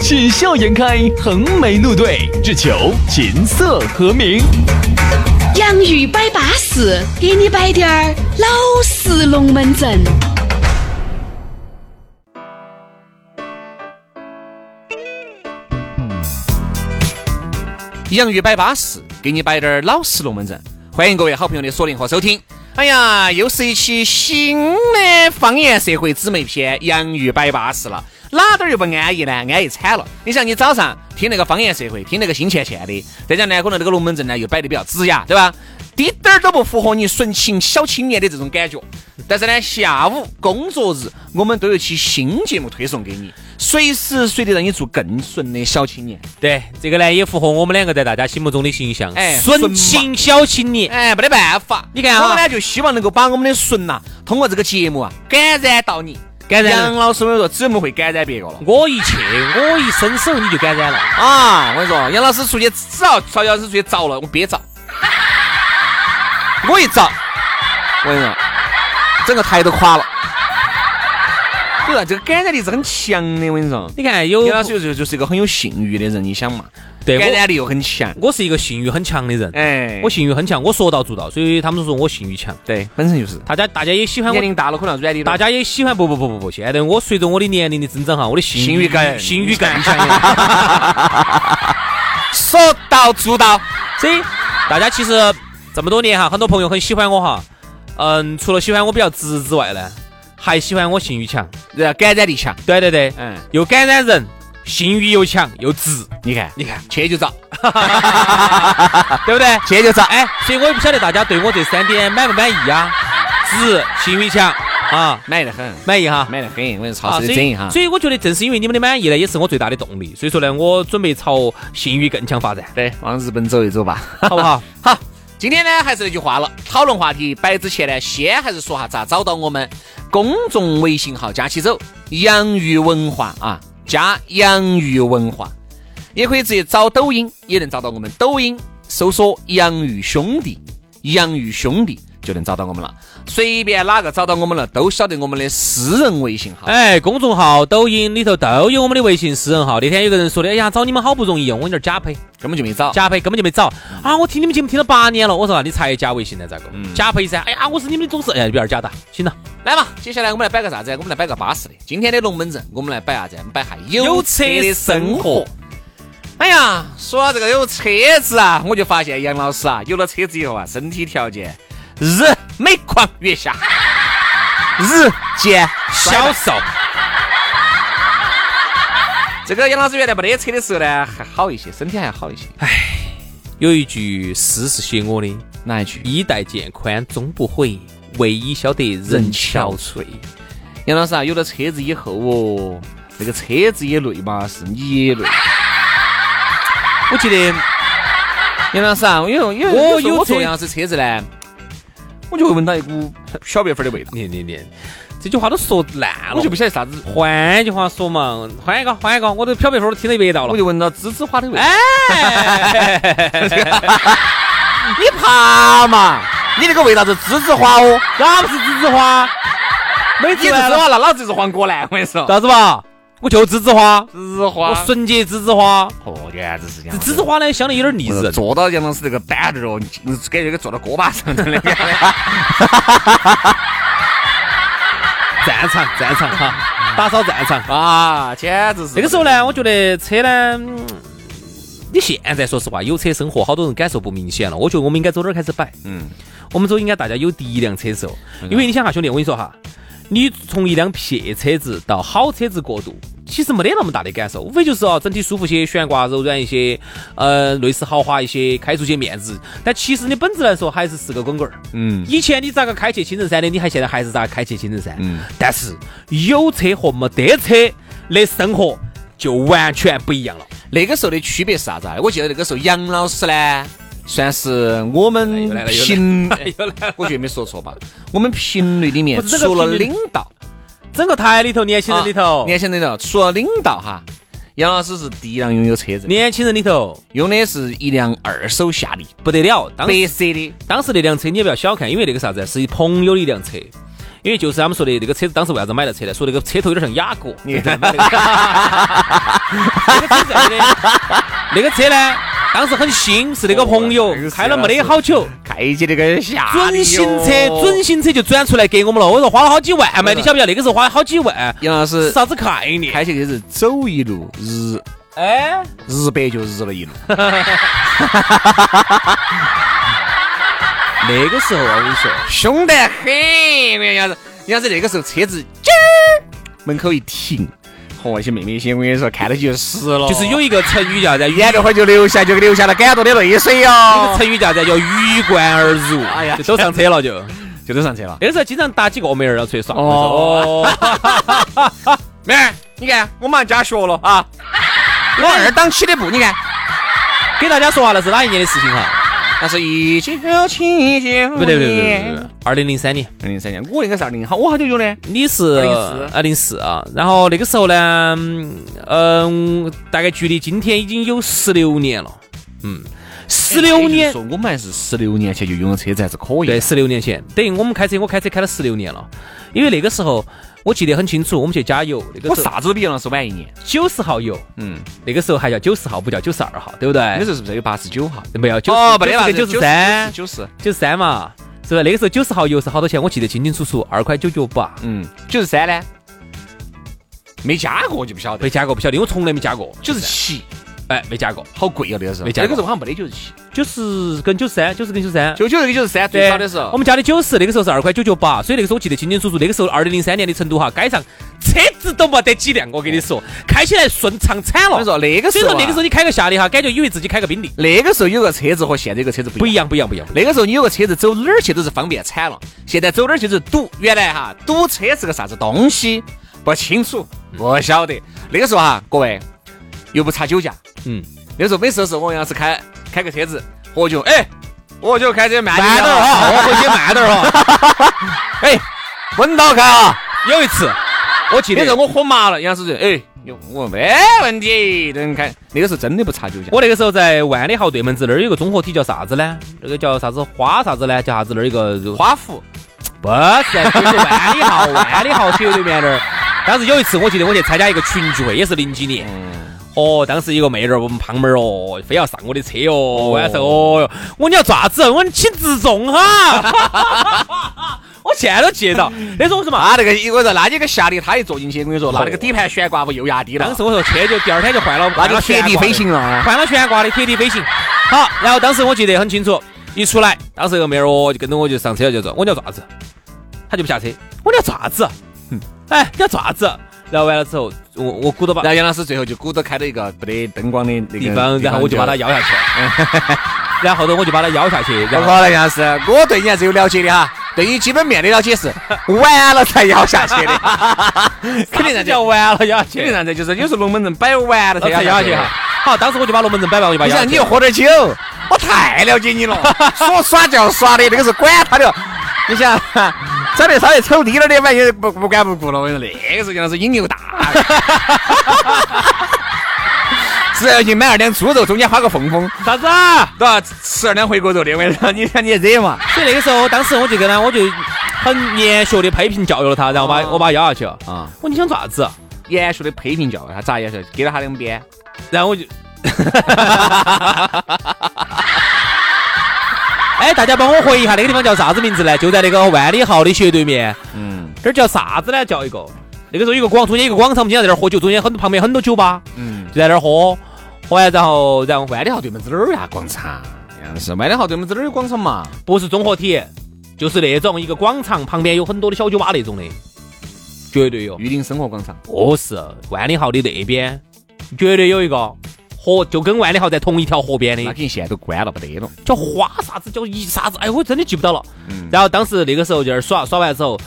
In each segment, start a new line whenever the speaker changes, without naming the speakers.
喜笑颜开，横眉怒对，只求琴瑟和鸣。
洋芋摆巴士，给你摆点儿老式龙门阵。
洋芋摆巴适，给你摆点儿老实龙门阵。欢迎各位好朋友的锁定和收听。哎呀，又是一期新的方言社会姊妹篇《洋芋摆巴适》了，哪点儿又不安逸呢？安逸惨了！你想，你早上听那个方言社会，听那个新倩倩的，再加上呢，可能这个龙门阵呢又摆得比较直呀，对吧？滴点儿都不符合你纯情小青年的这种感觉。但是呢，下午工作日我们都有一期新节目推送给你，随时随地让你做更纯的小青年。
对，这个呢也符合我们两个在大家心目中的形象，
哎
纯情小青年。
哎，没得办法，
你看啊
我们呢就希望能够把我们的纯呐、通过这个节目啊，感染到你。
感染
杨老师，我跟你说，只有我们会感染别个了。
我一去，我一伸手你就感染了。
啊，我跟你说，杨老师出去，只要曹老师出去遭了，我别遭。我一遭，我跟你说，整个台都垮了。对吧？这个感染力是很强的，我跟你说。
你看有
杨老师就就是一个很有性欲的人，你想嘛，
对
感
我，
染力又很强。
我是一个性欲很强的人，
哎，
我性欲很强，我说到做到，所以他们说我性欲强。
对，本身就是。
大家大家也喜欢
年
我，
龄大了可能软的。
大家也喜欢不不不不不，现在我随着我的年龄的增长哈，我的性
性欲更
性欲更强了。
说到做到。
所以大家其实这么多年哈，很多朋友很喜欢我哈，嗯，除了喜欢我比较直之外呢，还喜欢我性欲强。
呃，感染力强。
对对对，
嗯，
又感染人，性欲又强又直，
你看，你看，去就 遭，
对不对？
去就遭。
哎，所以我也不晓得大家对我这三点满不满意啊？直，性欲强啊，
满得很，
满意哈？
满得很，我跟
啊，
超
所
市里整一
以
下。
所以我觉得正是因为你们的满意呢，也是我最大的动力。所以说呢，我准备朝性欲更强发展，
对，往日本走一走吧。
好不好？
好，今天呢还是那句话了，讨论话题摆之前呢，先还是说下咋找到我们公众微信号加起走，洋芋文化啊，加洋芋文化，也可以直接找抖音，也能找到我们抖音，搜索洋芋兄弟，洋芋兄弟。就能找到我们了，随便哪个找到我们了，都晓得我们的私人微信号。
哎，公众号、抖音里头都有我们的微信私人号。那天有个人说的，哎呀，找你们好不容易，我有点假配，
根本就没找。
假配根本就没找啊！我听你们节目听了八年了，我说、啊、你才加微信呢，咋个？
嗯
假配噻！哎呀，我是你们的忠实，哎，有点假的，行了。
来嘛，接下来我们来摆个啥子？我们来摆个巴适的。今天的龙门阵，我们来摆啥子？我们摆下有车的生活。哎呀，说到这个有车子啊，我就发现杨老师啊，有了车子以后啊，身体条件日每况愈下，日渐
销售，
这个杨老师原来没得车的时候呢，还好一些，身体还好一些。
有一句诗是写我的：
哪一句？
衣带渐宽终不悔，为伊消得人憔悴。
杨老师啊，有了车子以后哦，这个车子也累嘛，是你也累。
我觉得
杨老师啊，因为因为
我
有时候
有
我坐
车
杨老师车子呢，我就会闻到一股小白粉的味道，
你你你，这句话都说烂
我
了
就。不晓得啥子，
换句话说嘛，换一个，换一个，我都漂白粉都听得一百道
我
了。
就闻到栀子花的味道。
哎，
你怕嘛？你那个味道是栀子花哦，
哪不是栀子花？没
你栀
吃完
子
了，
花了，老子就是黄果兰，我跟你 说。
啥子吧？我就栀子花，
栀子
我
花，
纯洁栀子花。
哦，原来是这样。
栀子啊花呢，相对有点腻
我说
人。
坐到杨老师这个板凳哦，你感觉跟坐到锅巴上的那个。
战场，战场哈，打扫战场。
啊，简直是。
这个时候呢，我觉得车呢，嗯你现在说实话，有车生活，好多人感受不明显了。我觉得我们应该走哪儿开始摆？
嗯，
我们走应该大家有第一辆车的时候，因为你想哈，兄弟，我跟你说哈，你从一辆撇车子到好车子过渡，其实没得那么大的感受，无非就是哦，整体舒服些，悬挂柔软一些，呃，内饰豪华一些，开出些面子。但其实你本质来说还是是个滚滚儿。
嗯，
以前你咋个开去青城山的，你还现在还是咋个开去青城山。
嗯
但 是有车和没得车的生活就完全不一样了。
那个时候的区别是啥子啊？我记得那个时候杨老师呢，算是我们
来了又来了
评
又来了，
我觉得没说错吧？我们评论里面
不是这个
除了
评论
领导，
整个台里头年轻人里头，
啊年轻人里头，除了领导哈，杨老师是第一辆拥有车子的，
年轻人里头
用的是一辆二手夏利，
不得了，当
白色的。
当时那辆车你也不要小看，因为那个啥子啊，是一朋友的一辆车。因为就是他们说的那个车子，当时为啥子买那车呢？说那个车头有点像雅阁，
你
就这样 买那个那个车子呢，那个车呢，当时很新，是那个朋友
哦那个车
开了没得好久，
开起那个夏
准
利哟
新车，准新车就转出来给我们了。我说花哎了好几万嘛，
是
你晓不晓得？那个时候花了好几万，
杨老师
是啥子概念？
开起去是走一路日
哎，
日白就日了一路，
那个时候我跟你说，
凶得很。杨老师，杨老师那个时候车子吱儿门口一停，嚯，那些妹妹些我跟你说看到就湿了，
就是有一个成语叫啥子？
眼泪花就流下，就流下了感动的泪
那
水
个
哟。
成语叫啥子？叫鱼贯而入，
哎呀
就都上车了就。
就都上车了。
那个时候经常打几个妹儿要出去耍。
哦
我说，
妹儿，你看我马上加学了啊，我二档起的步，你看。
给大家说下那是哪一年的事情哈？
那是一九七九年，
不对不对不对不对，二零零三年，
二零三年，我应该是二零，好，我好久有呢？
你是
2004
啊零四啊。然后那个时候呢，嗯嗯，大概距离今天已经有十六年了，嗯，十六年。
说我们还是十六年前就拥有车子，还是可以。
对，，十六年前，等于我们开车，我开车开了十六年了。因为那个时候我记得很清楚，我们去加油，那
我
个时候
啥子都比杨老师晚一年。
九十号油，
嗯，
那个时候还叫九十号，不叫九十二号，对不对？
那时候哦是不是有八十九号？
没有，九九十三，
九十，
九十三嘛，是吧？那个时候九十号油是好多钱？我记得清清楚楚，二块九角八，
嗯，九十三呢？没加过就不晓得。
没加过，不晓得，因为我从来没加过。
九十七，
哎，没加过，
好贵啊，那个时候。
没加
那
过
个时候好像没得九十七，
九十跟九十三，九十跟九十三。
九九那个九十三最少的时候。
我们加的九十，那个时候是二块九角八，所以那个时候我记得清清楚楚。那个时候二零零三年的成都哈，街上车子都没得几辆，我跟你说，开起来顺畅惨了。
我跟你说嗯那个时
所
候
以说那
啊
个时候你开个夏利哈，感觉以为自己开个宾利，
那个时候有个车子和现在有个车子不
不
一
一
样。
样，不一样，不一样。
那个时候你有个车子走哪儿去都是方便惨了，现在走哪儿去就是堵。原来哈堵车是个啥子东西不清楚，不晓得。那个时候哈，各位又不查酒驾，
嗯，
那时候每次都是我要是开开个车子喝酒，哎，我就开车慢
慢
点
点儿
哈，我回去慢点哈。 哎，稳到开啊！
有一次，我记
那时
得
候我喝麻了，杨老师就哎，有我没问题，能开。那个时候真的不查酒驾。
我那个时候在万里豪对门子那儿有个综合体叫啥子呢？那个叫啥子花啥子呢？叫啥子那儿有个
花湖
不是，就是万里豪，万里豪体育对面那儿。当时有一次，我记得我去参加一个群聚会，也是零几年。
嗯
哦，当时有个妹儿，我们胖妹儿哦，非要上我的车哦，晚上哦哟，我说你要爪子，我说你请自重哈。 我现在都记得 到，那时候我说嘛，
啊，那个我说那你个夏利，他一坐进去，我跟你说，那那个底盘悬挂不又压低了，
当时我说车就第二天就换了，
那
换
就
了
铁地
悬挂的
飞行了啊。
换了悬挂的铁地飞行。好，然后当时我记得很清楚，一出来，当时有个妹儿哦，就跟着我就上车了，就说我你要爪子，他就不下车，我你要爪子，哎，你要爪子。然后完了之后，我我鼓捣把
然后杨老师最后就鼓捣开了一个没得灯光的那个
地方，然后我就把他
摇
摇下 去了，然后头我就把他摇下去， 然后
好了，杨老师，我对你还是有了解的哈，对你基本面的了解是完了才摇下去的， 肯定
啥子
让
叫完了摇下
肯定
去，
让这就是有时候龙门阵摆完了才
然后哦
摇
才摇
下
下
去
去哈
哈。。
好，当时我就把龙门阵摆完，我就把
你
摇下
想
去
你又
了。
喝点酒，我太了解你 了，说耍就要耍的，那个是管他的。你想，长得稍微丑低点儿的，反正也不不管不顾了。我跟你说，那个时候杨老师瘾又大，只要去买二两猪肉，中间花个缝缝，
啥子啊？
都要吃二两回锅肉的。我跟你说，你看你惹嘛？
所以那个时候，当时我就跟他，我就很严学的批评教育了他，然后把我把他摇下去了。
啊，
我说你想啥子啊？
严肃的批评教育他咋严肃？给了他两鞭。
然后我就，哎，大家帮我回忆一下，那个地方叫啥子名字呢？就在那个万里豪的斜对面，
嗯
这儿叫啥子呢？叫一个，那个时候有一个广，中间有一个广场，我们经常在那儿喝酒，中间很旁边很多酒吧，
嗯，
就在那儿喝，喝完然后然后
万
万
里
里
豪对门子哪儿有啥广场？杨老师，万里豪对门子哪儿有广场嘛？
不是综合体，就是那种一个广场旁边有很多的小酒吧那种的，绝对有。
玉林生活广场。
不是万里豪的那边，绝对有一个河，就跟万里豪在同一条河边的
那，肯定现在都关了，不得了。
叫花啥子叫一啥子，哎，我真的记不到了。
嗯
然后当时那个时候就在那儿耍，耍完之后，
嗯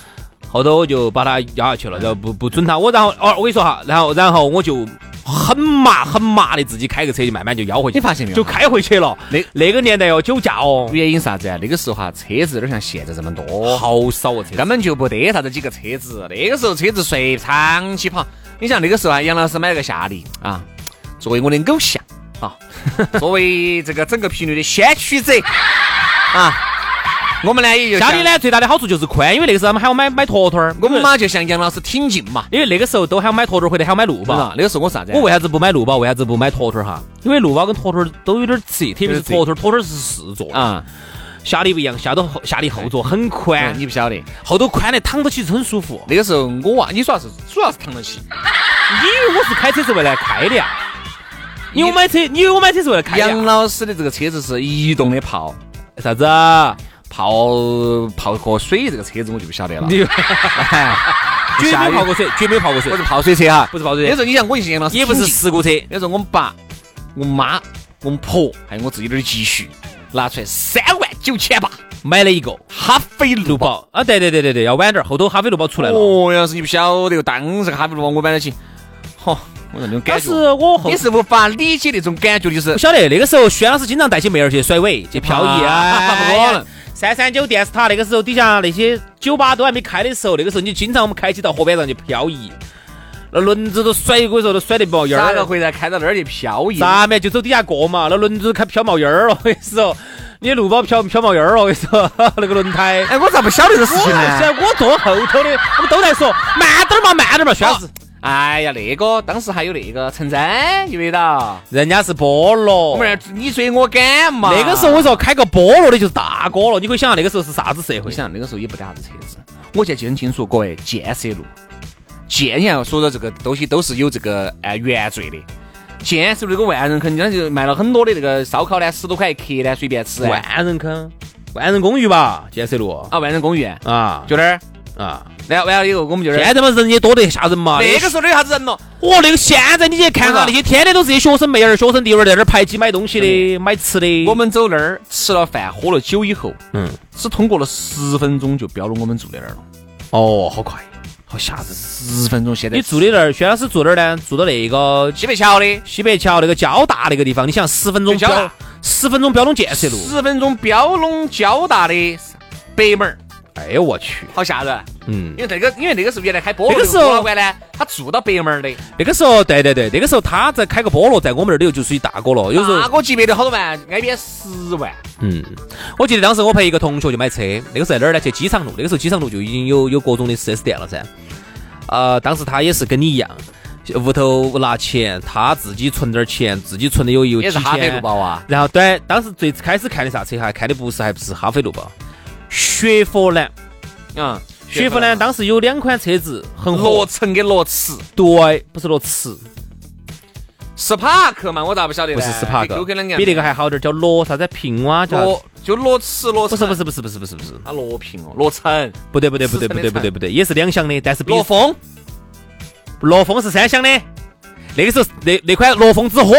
后头我就把他压下去了，然后不不准他我，然后哦，我跟你说哈，然后然后我就很麻很麻的，自己开个车就慢慢就摇回去，
你发现没有
就开回去了。那
那
那个年代哦，酒驾哦，
原因是啥子啊？那个时候哈，车子有点像现在这么多，
好少哦，车
根本就不得啥子几个车子。那个时候车子随长期跑，你想那个时候啊，杨老师买了个夏利啊，作为我的偶像啊， 作为这个整个频率的先驱者啊，我们呢也就
家
像
里，呢最大的好处就是宽，因为那个时候他们还要买买坨坨儿，
我们嘛就像杨老师挺进嘛，
因为那个时候都还要买坨坨儿或者还要买路
是
宝
吧。？那个时候我啥子啊？
嗯我为啥子不买路宝？为啥子不买坨坨儿哈？因为路宝跟坨坨儿都有点窄，特别是坨坨儿，坨坨儿是四座啊，
啊，
夏利不一样，夏头后夏利后座很宽，
你不晓得。
后头宽的躺着其实很舒服。
那个时候我啊，你主要是主要是扛得起，
你以为我是开车是为了开的呀？啊你以为我买车，你以为我买车是为了开的
杨
哎呀？
老师的这个车子是移动的炮，
啥子？
泡泡过水这个车子我就不晓得 了。
你绝
下
没
雨
泡过水，绝没泡过水
我是，泡水车哈，
不是泡
那
水
时，候你像我就是杨老师，
也不是
挺进
事故车。
那时候我们爸、我妈、我们婆还有我自己点儿积蓄，拿出来三万九千八，
买了一个
哈飞路
路宝啊，对对对对对，要晚点儿，后头哈飞路宝出来了。
哦，杨老师你不晓得哟，当时哈飞路宝我买得起，嚯，我说那种
当
感
时
觉，哦
我后
你是无法理解那种感觉，
不
就是
晓得那个时候，轩老师经常带起妹儿去甩尾、去漂移啊
啊，
哎
不可能。
三三九电视塔那个时候底下那些酒吧都还没开的时候，那个时候你经常我们开起到河边上去漂移，那轮子都甩，有时候都甩得冒烟
咋
儿
个。回来开到那儿去漂移？
咋嘛，就走底下过嘛，那轮子开飘冒烟儿哦了，我跟你说，你的路宝飘飘冒烟儿了，我跟你说， 那个轮胎。
哎，我咋不晓得这事
我
情呢？
在我坐后头的，我们都在说慢点儿嘛，慢点儿嘛，轩
当
子
时，，哎呀，那个当时还有那个陈真，记不记得？
人家是菠萝
我。们那儿你追我赶嘛？
那个时候我说开个菠萝的就是大哥了，你可以想象那个时候是啥子社
我
会？
想那个时候也不得啥子车子，我记得很清楚，各位建设路，建你要说到这个东西都是有这个呃原罪的。建设路这个万人坑，人家就卖了很多的那个烧烤呢，十多块一克呢，随便吃啊。
万人坑，万人公寓吧，建设路
啊，万人公寓
啊
就那儿，
啊！
然后完了以后我们就那
现
儿。
在嘛人也多得吓人嘛。
那个时候哪有啥子人咯？
哦，那个现在你去看哈，
我
那
知道
些天天都是些学生妹儿、学生弟儿在那儿排挤买东西的、买吃的。
我们走那儿吃了饭，喝了酒以后，
嗯，
只通过了十分钟就标了我们住的那儿了。
哦，好快，好吓人！
十分钟现在
你住的那儿，薛老师住哪儿呢？住到那个
西北桥的，
西北桥那个交大那个地方，你想十分钟
交
标
大，
十分钟标通建设路。
十分钟标拢交大的北门儿，
哎呦我去，
好吓人。
嗯
因，为那个，因为那个时候原来开菠萝
那个时候
菠萝馆呢，他住到北门儿的，
那个时候，对对对，那个时候他在开个菠萝，在我们那儿里头就属于大哥了。有时
大
候，
哥级别的好多万，挨边十万，
嗯，我记得当时我陪一个同学就买车，那个时候在哪儿呢？去机场路，那个时候机场路就已经有有各种的 4S 店了噻。呃，当时他也是跟你一样，屋头拿钱，他自己存点儿钱，自己存的有有
也
几
是哈飞路
千。
宝啊，
然后对，当时最开始看的啥车哈？看的不是还不是哈飞路宝，雪佛兰。
嗯，
雪佛兰当时有两款车子很
罗
火，
城跟罗驰
对，不是罗驰，
，Spark 嘛，我咋不晓得呢？
不是 Spark，
有跟两个
比那个还好点儿，叫罗啥子平哇，叫啥子
罗就罗驰罗
不
驰，
是不是不是不是不是不是，
啊罗平哦，罗城
不对不对不对不对不对不对，也是两厢的，但是比
罗峰
罗峰是三厢的，那个时候那那款罗峰之火，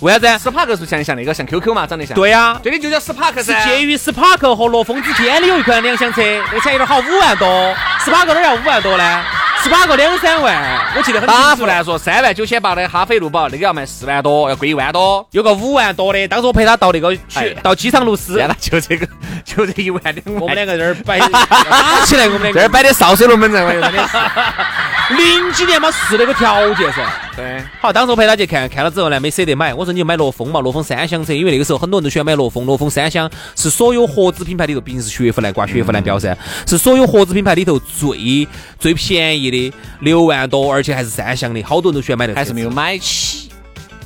为啥子？
，Spark 是不是啊像像那个像 QQ 嘛，长得像，
对呀，
对的啊就叫 Spark
是
噻，
介于 Spark 和罗峰之间的有一款两厢车，那个才有点好，五万多，Spark 哪儿要五万多呢？Spark 两三万，我记 得很
打
清
不
楚
来说三万九千八的哈飞路宝，那个要卖四万多，要贵一万多。
有个五万多的，当时我陪他到那个去
哎
到机场路市，
算了，就这个，就这一万两万。
我们两个在那儿摆打起来，我们两
这儿
个
摆的潲水龙门阵，我跟你说真的是。
零几年嘛是那个条件噻。
对，
好，当时我陪他去看，看了之后呢，没舍得买。我说你就买罗风嘛，罗风三厢车，因为那个时候很多人都喜欢买罗风。罗风三厢是所有合资品牌里头，毕竟是雪佛兰挂雪佛兰标噻，
嗯
是所有合资品牌里头最最便宜的，六万多，而且还是三厢的，好多人都喜欢买那个。
还是没有。买起。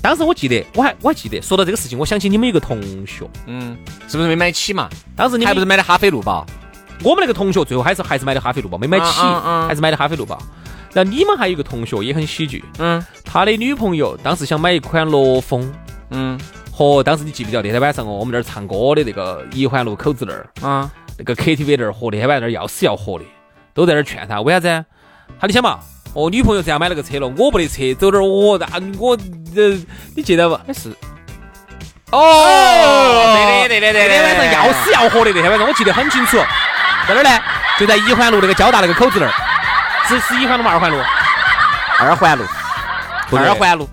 当时我记得，我还我还记得，说到这个事情，我想起你们有个同学，
嗯，是不是没买起嘛？
当时你们
还不是买的哈飞路宝？
我们那个同学最后还是还是买的哈飞路宝，没买起，
嗯嗯嗯
还是买的哈飞路宝。然后你们还有一个同学也很喜剧，
嗯
他的女朋友当时想买一款罗风，
嗯
和当时你记不记得那天晚上哦，我们那儿唱歌的那个一环路口子那儿
啊，
那个 KTV 那儿和那天晚上那儿要死要活的，都在那儿劝他，为啥子啊？他你想嘛，哦，女朋友这样买了个车了，我没得车，走点儿我啊我呃，你记得不？
还是。哦，对的对的对的，
那天晚上要死要活的，那天晚上我记得很清楚，在哪儿呢？就在一环路那个交大那个口子那儿，是是一环路吗？二环路？
二环路，
不对
二环路，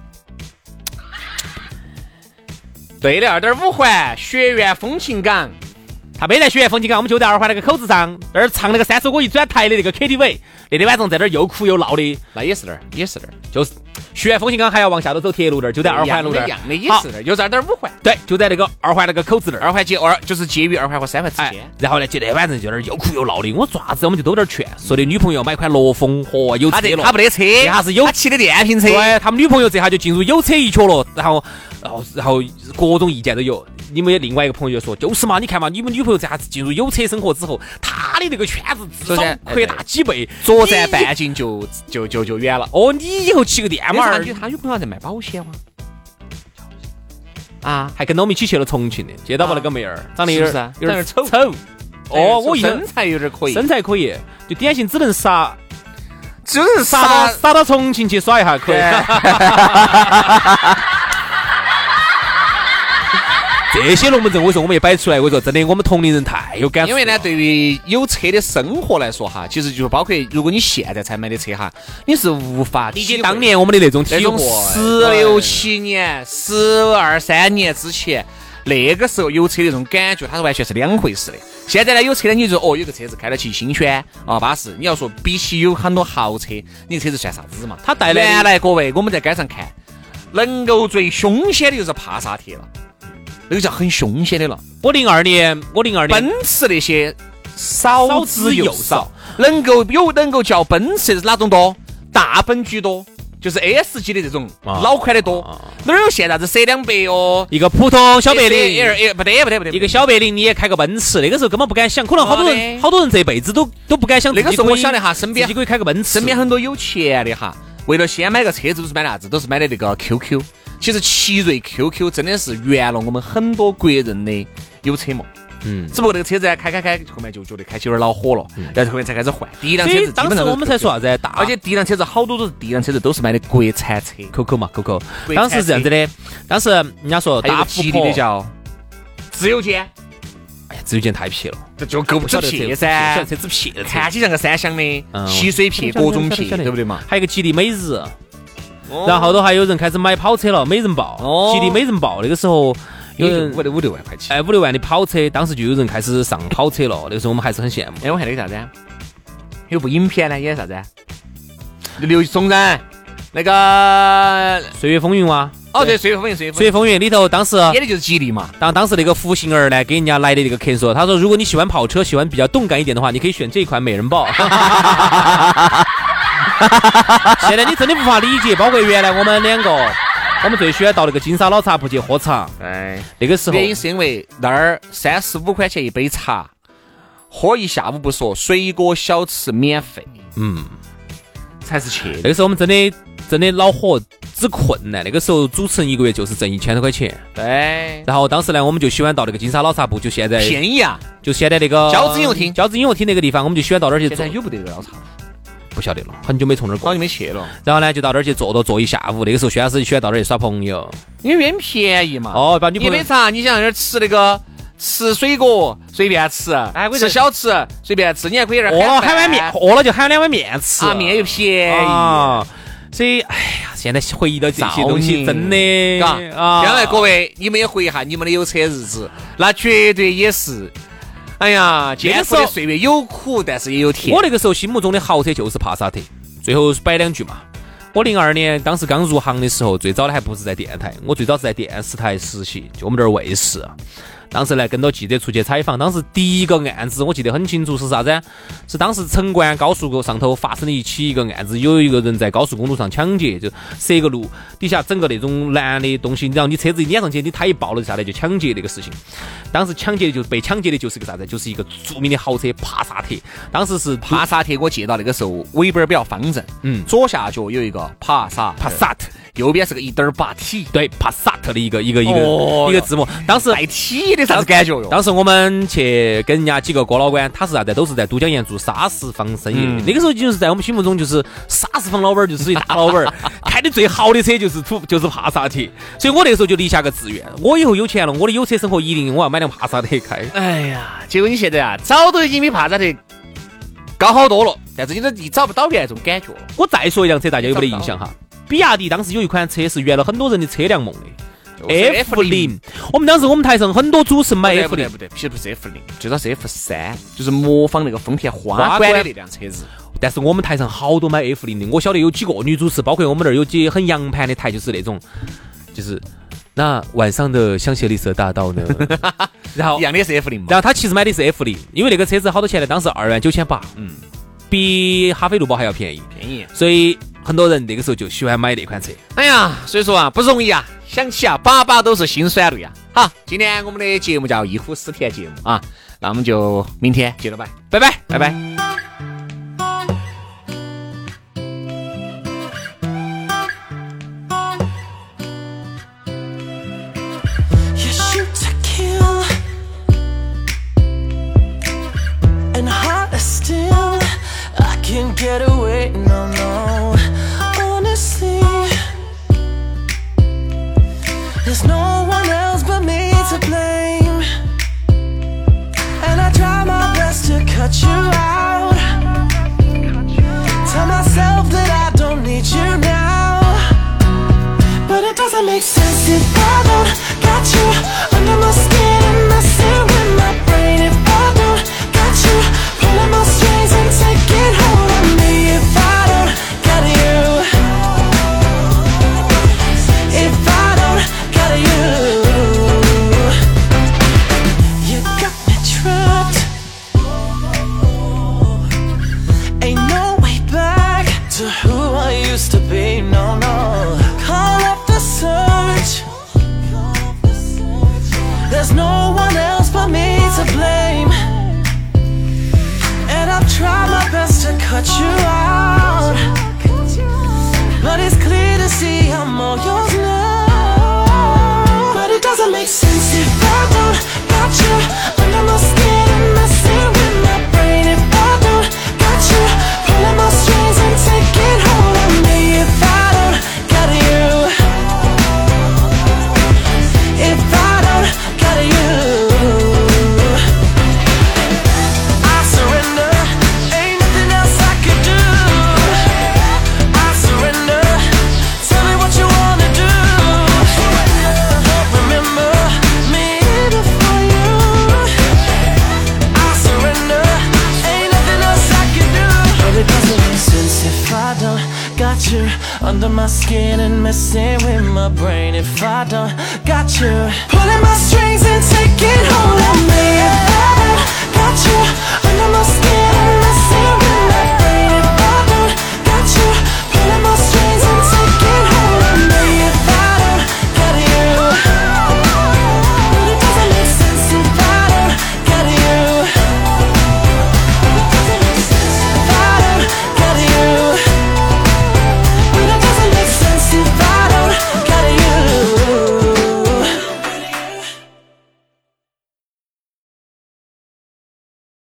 对的，二点五环学院风情港，
他没在学院风景港，我们就在二环那个口子上，那儿唱那个三首歌一转台的那个 KTV，那天晚上在那儿又哭又闹的，
那也是那儿，也是那儿，
就是学院风情港还要往下头走铁路那儿，就在二环路那
一样的，
儿，
也
好
是那儿，就是二点五环，
对，就在那个二环那个口子那儿。
二环接二就是介于二环和三环之
哎
间。，
然后呢，就那晚上就在那儿又哭又闹的，我说爪子，我们就都在那儿劝，说的女朋友买款罗峰，嚯，有
他这
车了，
他不得车，
这下是有
他骑的电瓶车。
对他们女朋友这下就进入有车一角了，然后，然后，然后各种意见都有。你们另外一个朋友就说，就是嘛，你看嘛，你们女朋友这下子进入有车生活之后，她的那个圈子至少
首先哎
扩大几倍，
左站半径就就就就远了。
哦，你以后骑个电
他
马儿，
他女朋友在卖保险吗？
啊，还跟到我们一起去了重庆的，见到不
啊
那个妹儿，长得有
是
点
不是
有点
长得
丑。哦，我一
哎身材有点可以，
身材可以，就典型只能杀
就是
杀到杀到重庆去耍一下可以。 这些龙门阵，我说我们一摆出来，我说真的，我们同龄人太有感触
因
了。
为呢，对于有车的生活来说哈，其实就是包括如果你现在才买的车哈，你是无法
理
体
解
会
当年我们的那种
那
体
种
会，
十六七年、十二三年之前。那个时候有车的那种感觉，它是完全是两回事的。现在呢，有车呢，你就说哦，有个车子开得起新鲜啊，巴适。你要说比起有很多豪车，你这车子算啥子嘛？
它哎带来的
原来各位，我们在街上看，能够最凶险的就是帕萨特了，那个叫很凶险的了。
我零二年，我零二年
奔驰那些少之又少，能够有能够叫奔驰的是哪种多？大奔居多，就是 S 级的这种
啊
老款的多
啊。
哪儿有现在子 C 两百哦？
一个普通小白
S-
领，
L- L- 不得不得不得，
一个小白领你也开个奔驰，那个时候根本不敢想，可能好多
好的
人好多人这辈子都都不敢想自己
那
可
个
以。
时候我想了一下身边
自己可以开个奔驰，
身边很多有钱的哈，为了先买个车子都是买啥子？都是买的那个 QQ。其实奇瑞 QQ 真的是圆了我们很多国人的有车梦。
嗯
只不过那个车子呢开开开，后面就觉得开起有点恼火了，然后后面才开始换。第一辆
所
车
以
子基
当时
本上都
我
是
们才
QQ
说啥子，大
而且第一辆车子好多都是第一辆车子都是买的国产车，
Coco 嘛，Coco，
国
当
产车
时是这样子的，当时人家说
还有
大
个
富
吉利
婆
的，叫自由舰，
哎呀，这有点太撇了，
这就够不
不晓
着
得这
撇
不晓
噻
得，这只撇的车
看起像个三厢的
嗯
汽水撇、各种撇，
晓得
对不对嘛？
还有一个吉利美日，
哦
然后后头还有人开始买跑车了，美人豹，
哦
吉利美人豹那个时候有
也就
人
五六五六万块钱。
哎五六万的跑车，当时就有人开始上跑车了，那个时候我们还是很羡慕。
哎，我看那个啥子啊，有部影片呢，演啥子啊？刘松仁那个
《岁月风云》哇，
哦，对，岁月风云，岁月
《
风
岁月
云
风云》里头当时。
演的就是吉利嘛。
当当时那个福星儿呢，给人家来的那个客人说，他说如果你喜欢跑车，喜欢比较动感一点的话，你可以选这款美人豹。 现在你真的无法理解，包括原来我们两个，我们最喜欢到那个金沙老茶铺去喝茶，
哎，
那个时候
原因是因为那儿三十五块钱一杯茶，喝一下午不说，水果小吃免费，
嗯，
才是去的。
那个时候我们真的真的恼火之困难。那个时候主持人一个月就是挣一千多块钱，
对，
然后当时呢，我们就喜欢到那个金沙老茶铺，就现在
哎便宜啊！
就现在那个
交子音乐厅
交子音乐厅那个地方，我们就喜欢到那儿去坐，
不得了，茶，
哦不晓得了，很久没从那儿过
早。就没去了，
然后呢，就到那儿去坐坐坐一下午。那个时候，薛老师就喜欢到那儿去耍朋友。
因为原便宜嘛。
哦，把女
你
朋
没
友
茶，你想在那儿吃那个吃水果随便吃，
哎我
吃小吃随便吃，你还可以在那
饿了
儿喊
哦喊碗面，饿了就喊两碗面吃。
啊，面又便宜，
啊，所以哎呀，现在回忆到这些东西，
造
真
孽
的
嘎。
啊，
将来各位，你们也回忆一下你们的有车日子，那绝对也是，哎呀，艰苦
那个时候
的岁月有苦，但是也有甜
我。那个时候心目中的豪车就是帕萨特。最后摆两句嘛，我零二年当时刚入行的时候，最早的还不是在电台，我最早是在电视台实习，就我们这儿卫视。啊当时呢，跟着记者出去采访，当时第一个案子我记得很清楚是啥子？是当时城关高速上头发生的一起一个案子，有一个人在高速公路上抢劫，就塞个路底下整个那种蓝的东西，然后你车子一撵上去，你他一暴露下来就抢劫那个事情。当时抢劫的就被抢劫的就是个啥子？就是一个著名的豪车帕萨特，当时是
帕萨特我记到那个时候尾巴儿比较方正，
嗯
左下角有一个帕萨
帕
帕，
萨特。
右边是个一点儿八 T，
对帕萨特的一个一个一个、
哦哟
一个字幕。当时
带 T 的啥子感觉哟？
当时我们去跟人家几个哥老倌，他是啥子？都是在都江堰做砂石房生意。那个时候就是在我们心目中就是砂石房老板儿就是一大老板儿，开的最好的车就是土就是帕萨特。所以我那个时候就立下个志愿，我以后有钱了，我的有车生活一定我要买辆帕萨特开。
哎呀，结果你现在啊，早都已经比帕萨特高好多了，但是你都你找不到原来这种感觉了。
我再说一辆车，大家有没得印象哈？比亚迪当时有一款车是圆了很多人的车辆梦的， F 零。我们当时我们台上很多主持人买 F
不对
零
不，对，不是不是 F 零，最早是 F 三，就是模仿那个丰田花
花
冠的
冠
那辆车子。
但是我们台上好多买 F 零的，我晓得有几个女主持，包括我们那儿有几很洋盘的台，就是那种，就是那晚上的香榭丽舍大道 呢，然后
一样的是 F 零嘛。
然后他其实买的是 F 零，因为那个车子好多钱呢，当时二万九千八，嗯，比哈飞路宝还要便宜，
便宜。
所以很多人那个时候就喜欢买那款车。
哎呀，所以说啊，不容易啊，想起啊，把把都是辛酸泪啊。好，今天我们的节目叫忆苦思甜节目啊，那我们就明天接着摆，拜拜，拜拜。
You shoot to kill, and harder still. I can't get away, no, no. Honestly, there's no one else but me to blame. And I try my best to cut you out. Tell myself that I don't need you now. But it doesn't make sense if I don't got you under my skin and messing with my brain. If I don't got you pulling my strings and taking hold of me. If I don't got you, if I don't got you, you got me trapped. Ain't no way back to who I used to be. No, no. Call up the search. There's no one else but me to blame. And I've tried my best to cut you out. But it's clear to see I'm all yours now. But it doesn't make sense if I don't got you under my skin and messing with my brain. If I don't got you pulling my strings and taking hold of me. If I don't got you, if I don't got you. I surrender, ain't nothing else I could do. I surrender, tell me what you wanna do. Remember me before you. I surrender, ain't nothing else I could do. But it doesn't make sense if I don't got you under my skin and messing with my brain. If I don't got you, pulling my strings and taking.